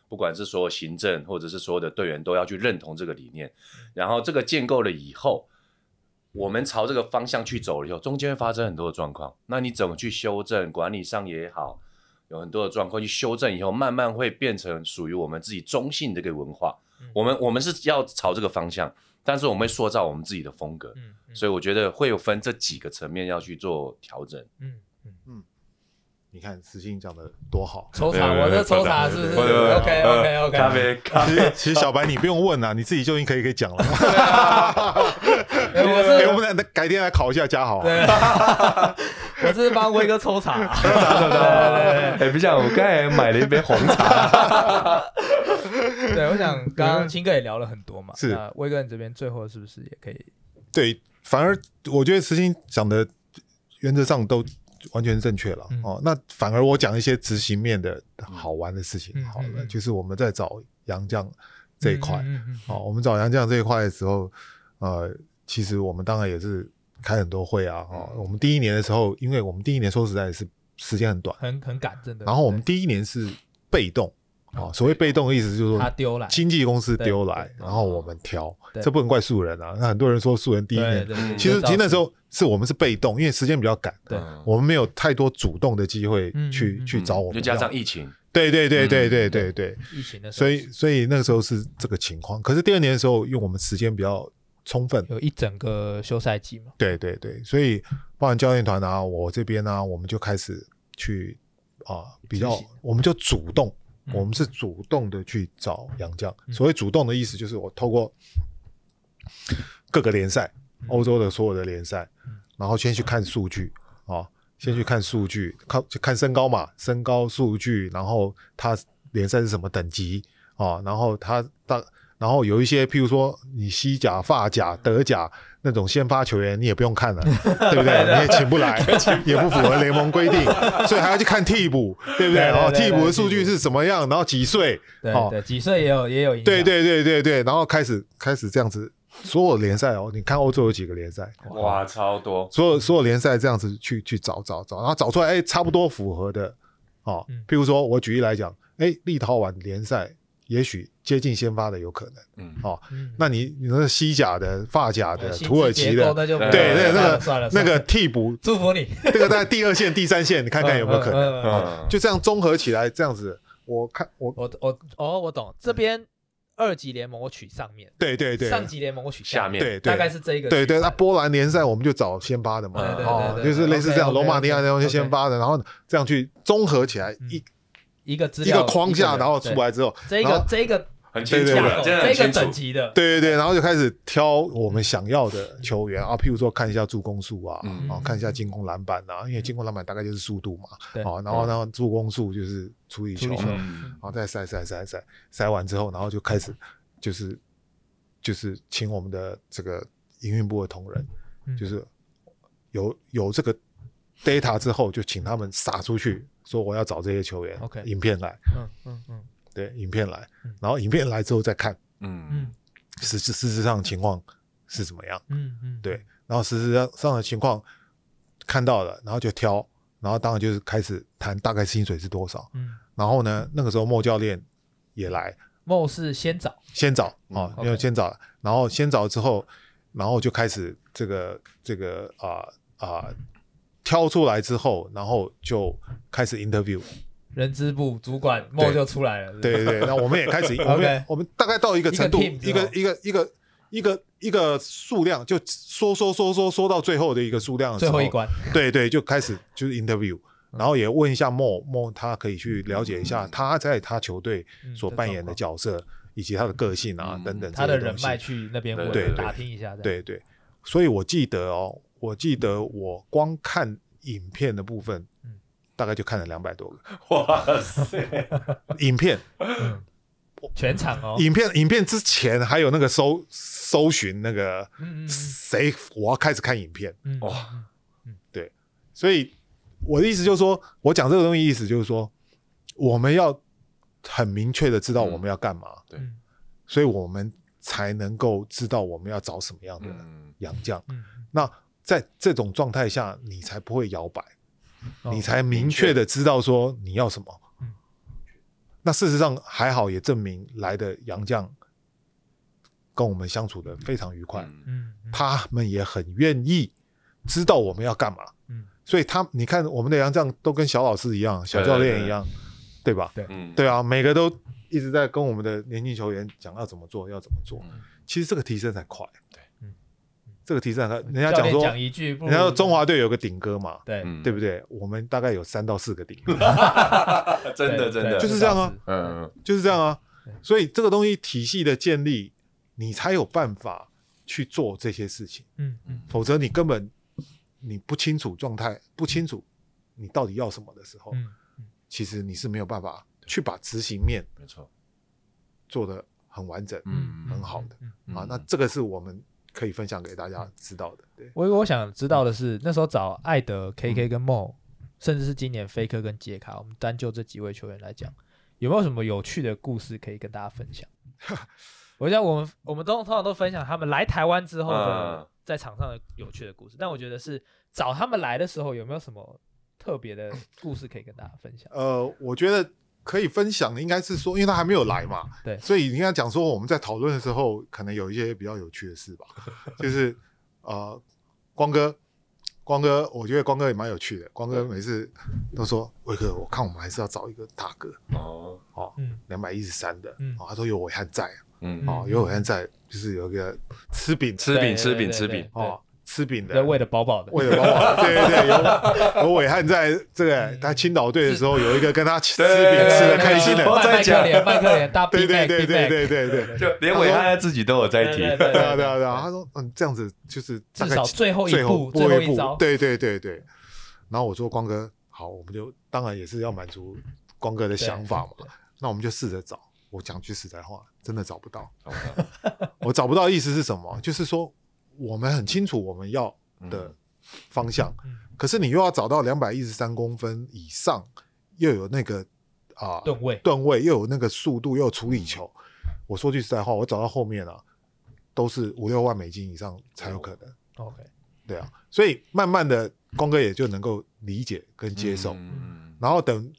不管是所有行政或者是所有的队员都要去认同这个理念。然后这个建构了以后，我们朝这个方向去走了以后，中间会发生很多的状况。那你怎么去修正？管理上也好，有很多的状况去修正以后，慢慢会变成属于我们自己中性的一个文化。我们我们是要朝这个方向，但是我们会塑造我们自己的风格。嗯，嗯所以我觉得会有分这几个层面要去做调整。嗯嗯，你看思欣讲的多 [LAUGHS] 好。抽没有查，没有我没有在抽查是不是没有没有没有？OK OK OK，咖啡咖其啡，实其实小白你不用问啊，你自己就已经可以可以 [LAUGHS] 讲了。[LAUGHS] 啊哎我哎我是们改天来考一下嘉豪啊。对，我是帮威哥抽查啊。哎，不像我刚才买了一杯红茶，对，我想刚刚青哥也聊了很多嘛，是那威哥你这边最后是不是也可以？对，反而我觉得慈心讲的原则上都完全正确了、嗯哦。那反而我讲一些执行面的好玩的事情嗯好了，嗯嗯就是我们在找杨绛这一块、嗯嗯哦，我们找杨绛这一块的时候，呃，其实我们当然也是开很多会啊。嗯哦，我们第一年的时候，因为我们第一年说实在是时间很短，很很赶，真的。然后我们第一年是被动哦，所谓被动的意思就是对说他丢来，经纪公司丢来对，对然后我们挑，对这不能怪素人啊。那很多人说素人第一对年，对对其实这倒其实那是时候是我们是被动，因为时间比较赶，对我们没有太多主动的机会嗯去嗯去找我们就要。加上疫情，对对对对嗯对对对，疫情的时候，所以所以那个时候是这个情况。可是第二年的时候，因为我们时间比较充分，有一整个休赛季嘛。对对对，所以包含教练团啊，我这边呢、啊，我们就开始去啊，比较行，我们就主动，嗯我们是主动的去找杨绛。嗯所谓主动的意思，就是我透过各个联赛，嗯欧洲的所有的联赛嗯，然后先去看数据啊，先去看数据，看就看身高嘛，身高数据，然后他联赛是什么等级啊，然后他大。然后有一些，譬如说你西甲、法甲、德甲那种先发球员，你也不用看 [LAUGHS] 了，对不对？你也请不来， [LAUGHS] 也不符合联盟规定，所以还要去看替补，对不对？对对然后对替补的对数据替补是怎么样？然后几岁？对哦对，几岁也有也有影响。对对对对对，然后开始开始这样子，所有联赛哦，你看欧洲有几个联赛，哇，超多，所有所有联赛这样子去去找找找，然后找出来，哎，差不多符合的哦嗯。譬如说，我举例来讲，哎，立陶宛联赛也许接近先发的有可能嗯，哦。嗯，哎那你你那西甲的、法甲对的、薪资土耳其结构的，那就不对对，算那了算个了那算了个替补，祝福你，这个在第二线、第三线，你看看嗯有没有可能？嗯能哦就这样综合起来，这样子，我看我我我哦，我懂，这边二级联盟我取上面，对对嗯哎对，上级联盟我取下面对对大概是这一个。对对，那波兰联赛我们就找先发的嘛，对对对哦，对就对是类似这样， OK，OK，罗马尼亚那种就 OK 嗯先发的，然后这样去综合起来一一个资一料个框架，人然后出对来之后，这然个后这个很清清楚楚了了，真的很这个清等楚。级的，对对对，然后就开始挑我们想要的球员啊，譬如说看一下助攻数啊，嗯哦，看一下进攻篮板啊，因为进攻篮板大概就是速度嘛，对嗯哦，然后然后助攻数就是除以球除以嘛，球然嗯后再筛筛筛筛筛完之后，然后就开始就是就是请我们的这个营运部的同仁嗯就是有有这个 data 之后，就请他们撒出去，说我要找这些球员 OK 影片来，嗯嗯嗯对，影片来嗯，然后影片来之后再看嗯嗯实事事实上情况是怎么样，嗯嗯，对，然后事实上上的情况看到了，然后就挑，然后当然就是开始谈大概薪水是多少，嗯，然后呢，那个时候莫教练也来，梦是先找，先找啊，嗯要 OK 先找，然后先找之后，然后就开始这个这个啊啊、挑出来之后，然后就开始 interview，人资部主管梦就出来了，是不是对，对对，那我们也开始，我们也 OK 我们大概到一个程度，一一个个一个一个一个一个数量，就缩缩缩缩缩到最后的一个数量的时 [LAUGHS] 最候，后一关，对对，就开始就是 interview，然后也问一下莫莫，他可以去了解一下他在他球队嗯所扮演的，角色，以及他的个性啊嗯等等这状况这他些的东西，人脉去那边对对问对打听一下，这样，对对，所以我记得哦，我记得我光看影片的部分，嗯大概就看了两百多个哇塞，影片。嗯全场哦，影片影片之前还有那个搜搜寻那个嗯嗯谁，我要开始看影片。嗯，哇嗯，所以我的意思就是说，我讲这个东西意思就是说，我们要很明确的知道我们要干嘛，对嗯所以我们才能够知道我们要找什么样的嗯洋将。嗯那在这种状态下，你才不会摇摆，哦你才明确的知道说你要什么嗯。那事实上还好，也证明来的洋将跟我们相处的非常愉快，嗯嗯，嗯他们也很愿意知道我们要干嘛。嗯所以他你看我们的洋将都跟小老师一样，小教练一样，对吧？嗯，对啊，每个都一直在跟我们的年轻球员讲要怎么做，要怎么做。嗯其实这个提升才快，对嗯这个提升才快。人家讲教练说，讲一句，不人如家说中华队有个顶哥嘛，对嗯对不对？我们大概有三到四个顶哥， [LAUGHS] 真对的真对的就是这样啊是嗯嗯 [LAUGHS] 就是这样啊对。所以这个东西体系的建立，你才有办法去做这些事情，嗯嗯否则你根本你不清楚状态，不清楚你到底要什么的时候，嗯，其实你是没有办法去把执行面没错，做得很完整。嗯很好的。嗯啊嗯，那这个是我们可以分享给大家知道的。对，我我想知道的是，那时候找艾德、KK 嗯跟莫，甚至是今年飞科跟杰卡，我们单就这几位球员来讲，有没有什么有趣的故事可以跟大家分享？ [LAUGHS] 我想我们我们都通常都分享他们来台湾之后的、嗯在场上的有趣的故事，但我觉得是找他们来的时候有没有什么特别的故事可以跟大家分享？呃，我觉得可以分享的应该是说，因为他还没有来嘛，对所以你跟他讲说，我们在讨论的时候，可能有一些比较有趣的事吧， [LAUGHS] 就是呃，光哥。光哥，我觉得光哥也蛮有趣的。光哥每次都说：“伟哥，我看我们还是要找一个大哥，哦，嗯两百一十三的。嗯哦，他说有伟汉在，嗯哦，有伟汉在，就是有一个吃饼的吃饼对吃对饼对吃对饼，对哦，吃饼对，的，喂的饱饱的，为了 [LAUGHS] 帮 [LAUGHS] 我，对对对，有有伟汉在这个他青岛队的时候，有一个跟他吃吃嗯对饼吃的对开心那个的，麦对再克讲脸，麦克脸，大 Big 对 Mac，对对 Big 对 Mac 对对对，就连伟汉他自己都有在提对，对对啊对啊对啊，他说嗯这样子就是大至概少最后一最步，后最后一招，对对对对。然后我说光哥，好，我们就当然也是要满足光哥的想法嘛对，那我们就试着找。我讲句实在话，真的找不到。我找不到的意思是什么？就是说我们很清楚我们要的方向，嗯可是你又要找到两百一十三公分以上，又有那个啊吨位吨位，又有那个速度，又有处理球。我说句实在话，我找到后面啊，都是五六万美金以上才有可能。 ，OK，对啊，所以慢慢的，光哥也就能够理解跟接受。嗯然后等，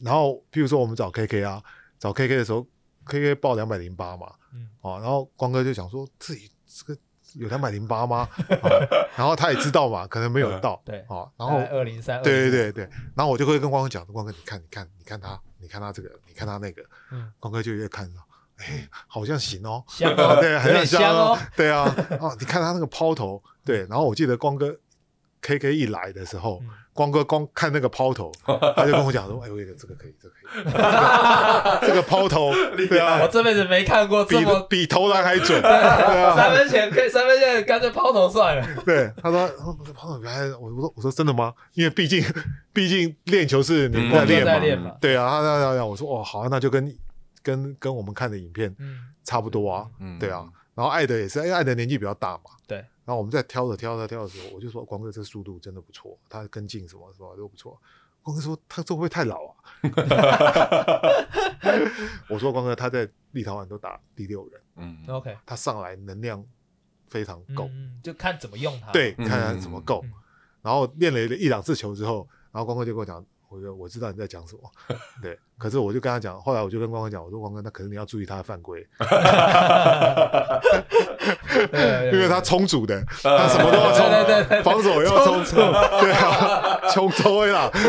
然后譬如说我们找 KK 啊，找 KK 的时候，KK 报两百零八嘛，嗯哦，然后光哥就想说自己这个有两百零八 [LAUGHS] 吗、哦然后他也知道嘛，可能没有到，嗯对呃哦，然后二零三，对对对对，然后我就会跟光哥讲，光哥你看你看你看他，你看他这个，你看他那个， [LAUGHS] 嗯光哥就越看到，哎，好像行 [LAUGHS] 哦，香啊，哦，对，嗯有很点像香哦，对啊，哦，你看他那个抛投，对，然后我记得光哥 K K 一来的时候，嗯光哥光看那个抛 [LAUGHS] 投，他就跟我讲说，哎，我有个这个可以，这个可以，这个这个抛投，对嗯我啊，这辈子没看过比这么比投篮还准，对啊，三分前可以，三分线干脆抛头算了，对，他说哦这抛投原来，我我说我说真的吗？因为毕竟 [LAUGHS] 毕竟练球是你 [LAUGHS] 嗯在我就练在嘛，练嘛，对啊，他那那那我说哦好、啊，那就跟跟跟我们看的影片嗯差不多啊，嗯对啊，，然后艾德也是，因为艾德年纪比较大嘛，对然后我们在挑着挑着挑的时候，我就说光哥这速度真的不错，他跟进什么什么都不错。光哥说他这会不会太老啊？ [LAUGHS] 我说光哥他在立陶宛都打第六人，嗯，OK，他上来能量非常嗯够，嗯就看怎么用它，对，嗯看他怎么够。嗯然后练了一两次球之后，然后光哥就跟我讲，我就我知道你在讲什么，对。可是我就跟他讲，后来我就跟光哥讲，我说光哥，那可是你要注意他的犯规，对，对因为他冲组的，呃他什么都要冲，啊对对对对防守要冲冲，对啊，冲冲位啦。 [LAUGHS]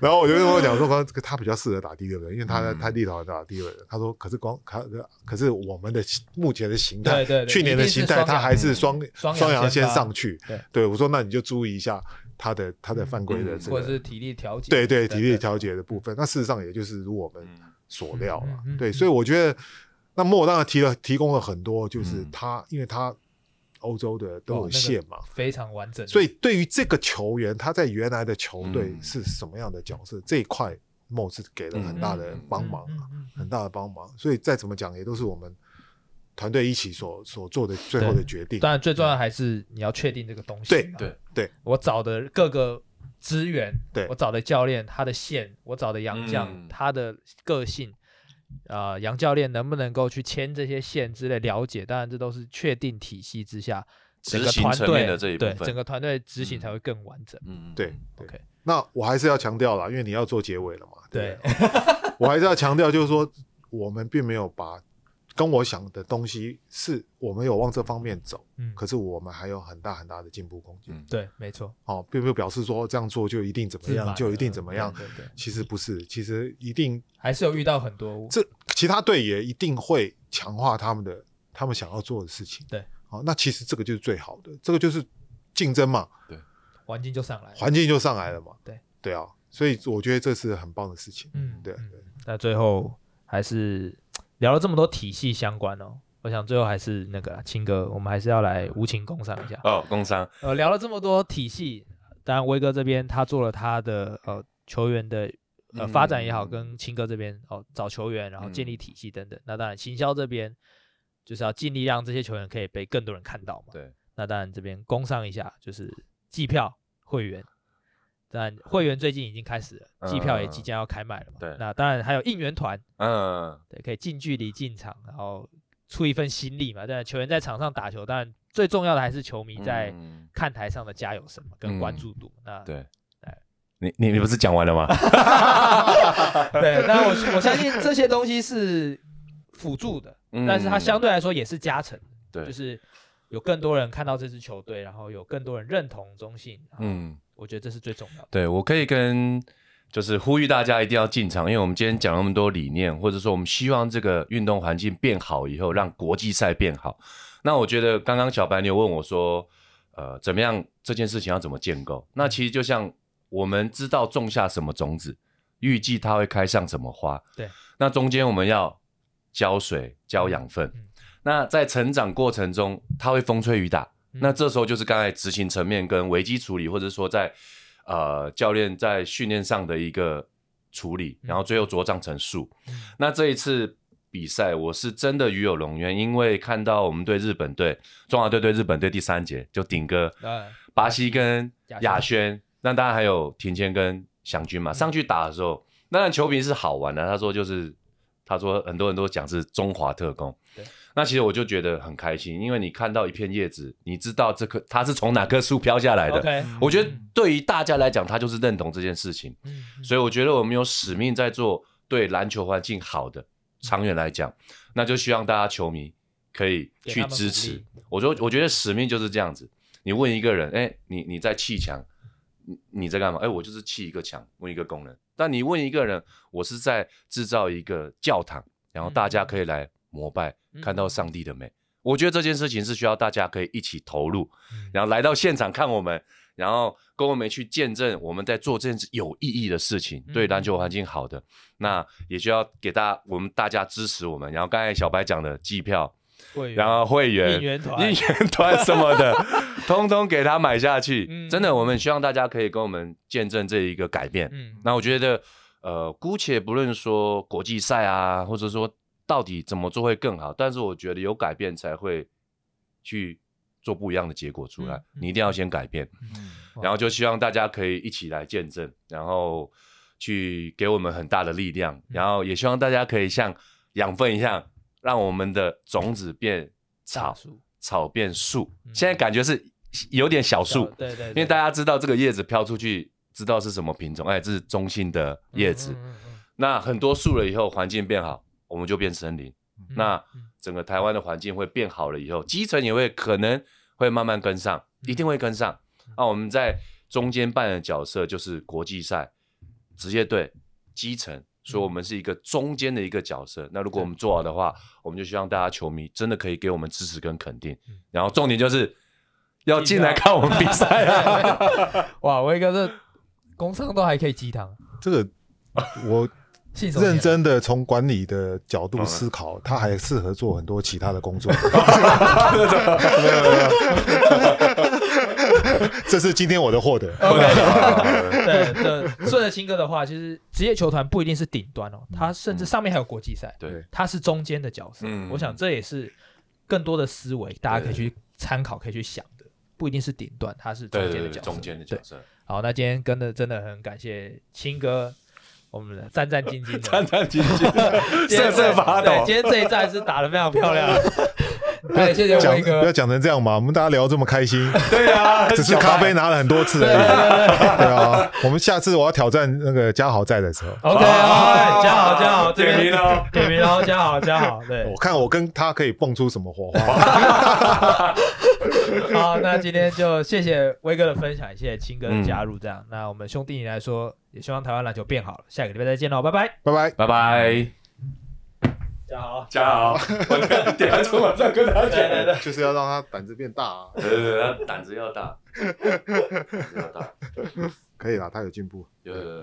然后我就跟我讲说，刚刚这个他比较适合打第六人，因为他在嗯他立陶宛打第六人。他说，可是光可可是我们的目前的形态对对，对去年的形一态，定是双他还阳嗯是双双阳双阳先先发上去对。对，我说那你就注意一下他的他的犯规的嗯这或者个，是体力调节，对对，体力等等，调节的部分。那事实上也就是如我嗯们所料了。嗯嗯嗯对，嗯所以我觉得那莫当然提了提供了很多，就是嗯他、因为他欧洲的哦都有限嘛，非常完整，所以对于这个球员他在原来的球队嗯是什么样的角色、这一块，莫是给了很大的帮忙，啊嗯，嗯嗯很大的帮忙。所以再怎么讲，也都是我们团队一起所所做的最后的决定。当然，最重要的还是你要确定这个东西。啊对对对，我找的各个资源，对我找的教练他的线，我找的杨将、嗯他的个性，啊，杨教练能不能够去牵这些线之类了解？当然，这都是确定体系之下整执个行团层队面的这一部对分，整个团队执行嗯才会更完整。嗯，嗯对嗯对 OK 那我还是要强调啦，因为你要做结尾了嘛。对，不 [LAUGHS] 对，我还是要强调，就是说我们并没有把跟我想的东西是我们有往这方面走，嗯，可是我们还有很大很大的进步空间。嗯对，没错，哦，并没有表示说这样做就一定怎么自样，满就一定了怎么样。对嗯对对，其实不是，其实一定还是有遇到很多这其他队也一定会强化他们的他们想要做的事情。对，好、那其实这个就是最好的，这个就是竞争嘛，环境就上来了。环境就上来了嘛。对，对啊，所以我觉得这是很棒的事情。嗯，对啊嗯对那最后还是聊了这么多体系相关哦，我想最后还是那个啊青哥，我们还是要来无情工商一下。哦，工伤，呃，聊了这么多体系，当然威哥这边他做了他的呃球员的呃发展也好，嗯跟青哥这边哦找球员，然后建嗯立体系等等。那当然行销这边就是要尽力让这些球员可以被更多人看到嘛。对，那当然这边工商一下，就是季票会员。但会员最近已经开始了，季票也即嗯将要开卖了嘛。对那当然还有应援团，嗯，对，可以近距离进场，然后出一份心力嘛。当然，球员在场上打球，当然最重要的还是球迷在嗯看台上的加油声嘛，跟关嗯注度。那对哎。你你你不是讲完了吗？ [LAUGHS] 对，那我我相信这些东西是辅助的，但是它嗯相对来说也是加成的，对，就是有更多人看到这支球队，然后有更多人认同中信，嗯，嗯，我觉得这是最重要的。对我可以跟就是呼吁大家一定要进场，因为我们今天讲那么多理念，或者说我们希望这个运动环境变好以后，让国际赛变好。那我觉得刚刚小白牛问我说，呃，怎么样这件事情要怎么建构？那其实就像我们知道种下什么种子，预计它会开上什么花。对，那中间我们要浇水、浇养分。嗯那在成长过程中，它会风吹雨打。嗯那这时候就是刚才执行层面跟危机处理，或者说在呃教练在训练上的一个处理，嗯然后最后茁壮成树。嗯那这一次比赛，我是真的与有荣焉，因为看到我们对日本队、中华队对日本队第三节就顶哥、呃巴西跟亚嗯亚轩，那当然还有庭谦跟祥军嘛。上去打的时候，那然球评是好玩的、他说就是他说很多人都讲是中华特工对。那其实我就觉得很开心，因为你看到一片叶子，你知道这棵它是从哪棵树飘下来的。 ，OK，我觉得对于大家来讲，他就是认同这件事情。嗯，嗯所以我觉得我们有使命在做对篮球环境好的，长远来讲，那就希望大家球迷可以去给支他持们。我说，我觉得使命就是这样子。你问一个人，哎、你你在砌墙，你你在干嘛？哎、我就是砌一个墙，问一个工人。但你问一个人，我是在制造一个教堂，然后大家可以来膜拜，嗯看到上帝的美。我觉得这件事情是需要大家可以一起投入，嗯然后来到现场看我们，然后跟我们去见证我们在做这件事有意义的事情，嗯对篮球环境好的，那也需要给大家我们大家支持我们。然后刚才小白讲的机票，会员然后会员、应援团应援团什么 [LAUGHS] 的，通通给他买下去。嗯真的，我们希望大家可以跟我们见证这一个改变。嗯，那我觉得，呃，姑且不论说国际赛啊，或者说到底怎么做会更好，但是我觉得有改变才会去做不一样的结果出来。嗯嗯嗯你一定要先改变，哇然后就希望大家可以一起来见证，然后去给我们很大的力嗯量，然后也希望大家可以像养分一样，让我们的种子变大草，树草变树。嗯现在感觉是有点小树，对对对，因为大家知道这个叶子飘出去，知道是什么品种，哎，这是中性的叶子。嗯嗯嗯嗯那很多树了以后，环境变好，我们就变森林。嗯那嗯整个台湾的环境会变好了以后，基层也会可能会慢慢跟上，一定会跟上。那我们在中间扮演的角色就是国际赛、职业队、基层，所以我们是一个中间的一个角色。那如果我们做好的话，我们就希望大家球迷真的可以给我们支持跟肯定嗯。然后重点就是要进来看我们比赛啊！ [LAUGHS] 哇，威哥这工商都还可以鸡汤，这个我信手拈来认真的从管理的角度思考，他还适合做很多其他的工 [LAUGHS] 作。 [LAUGHS] 这是今天我的获得。 [LAUGHS] 对对，顺着新哥的话，其实职业球团不一定是顶端哦，嗯他甚至上面还有国际赛，对，他是中间的角色。嗯我想这也是更多的思维，大家可以去参考，可以去想的，不一定是顶端，他是中对间对的对，角色。中间的角对。色，好，那今天跟的真的很感谢青哥，我们的战战兢兢的， [LAUGHS] 战兢兢，今天瑟瑟发抖 [LAUGHS] 对今天这一战是打得非常漂亮。不要哎谢谢讲辉哥不要讲成这样嘛，我们大家聊得这么开 [LAUGHS] 心，对啊，只是咖啡拿了很多次而已。 [LAUGHS] 对啊，我们下次我要挑战那个嘉豪在的时候， OK，啊好，哎加好加好，这点边名哦了，点名哦喽，加好加好，对我，看我跟他可以蹦出什么火 [LAUGHS] 花。 [LAUGHS] 好，那今天就谢谢威哥的分享，也谢谢青哥的加入，这样，那我们兄弟你来说，也希望台湾篮球变好了，下个礼拜再见喽，拜拜，拜拜。拜拜，加好，加油！我跟等一下出晚上跟他讲对对对就是要让他胆子变大啊！对对对，他胆子要大，胆子要大，可以啦，他有进步。呃。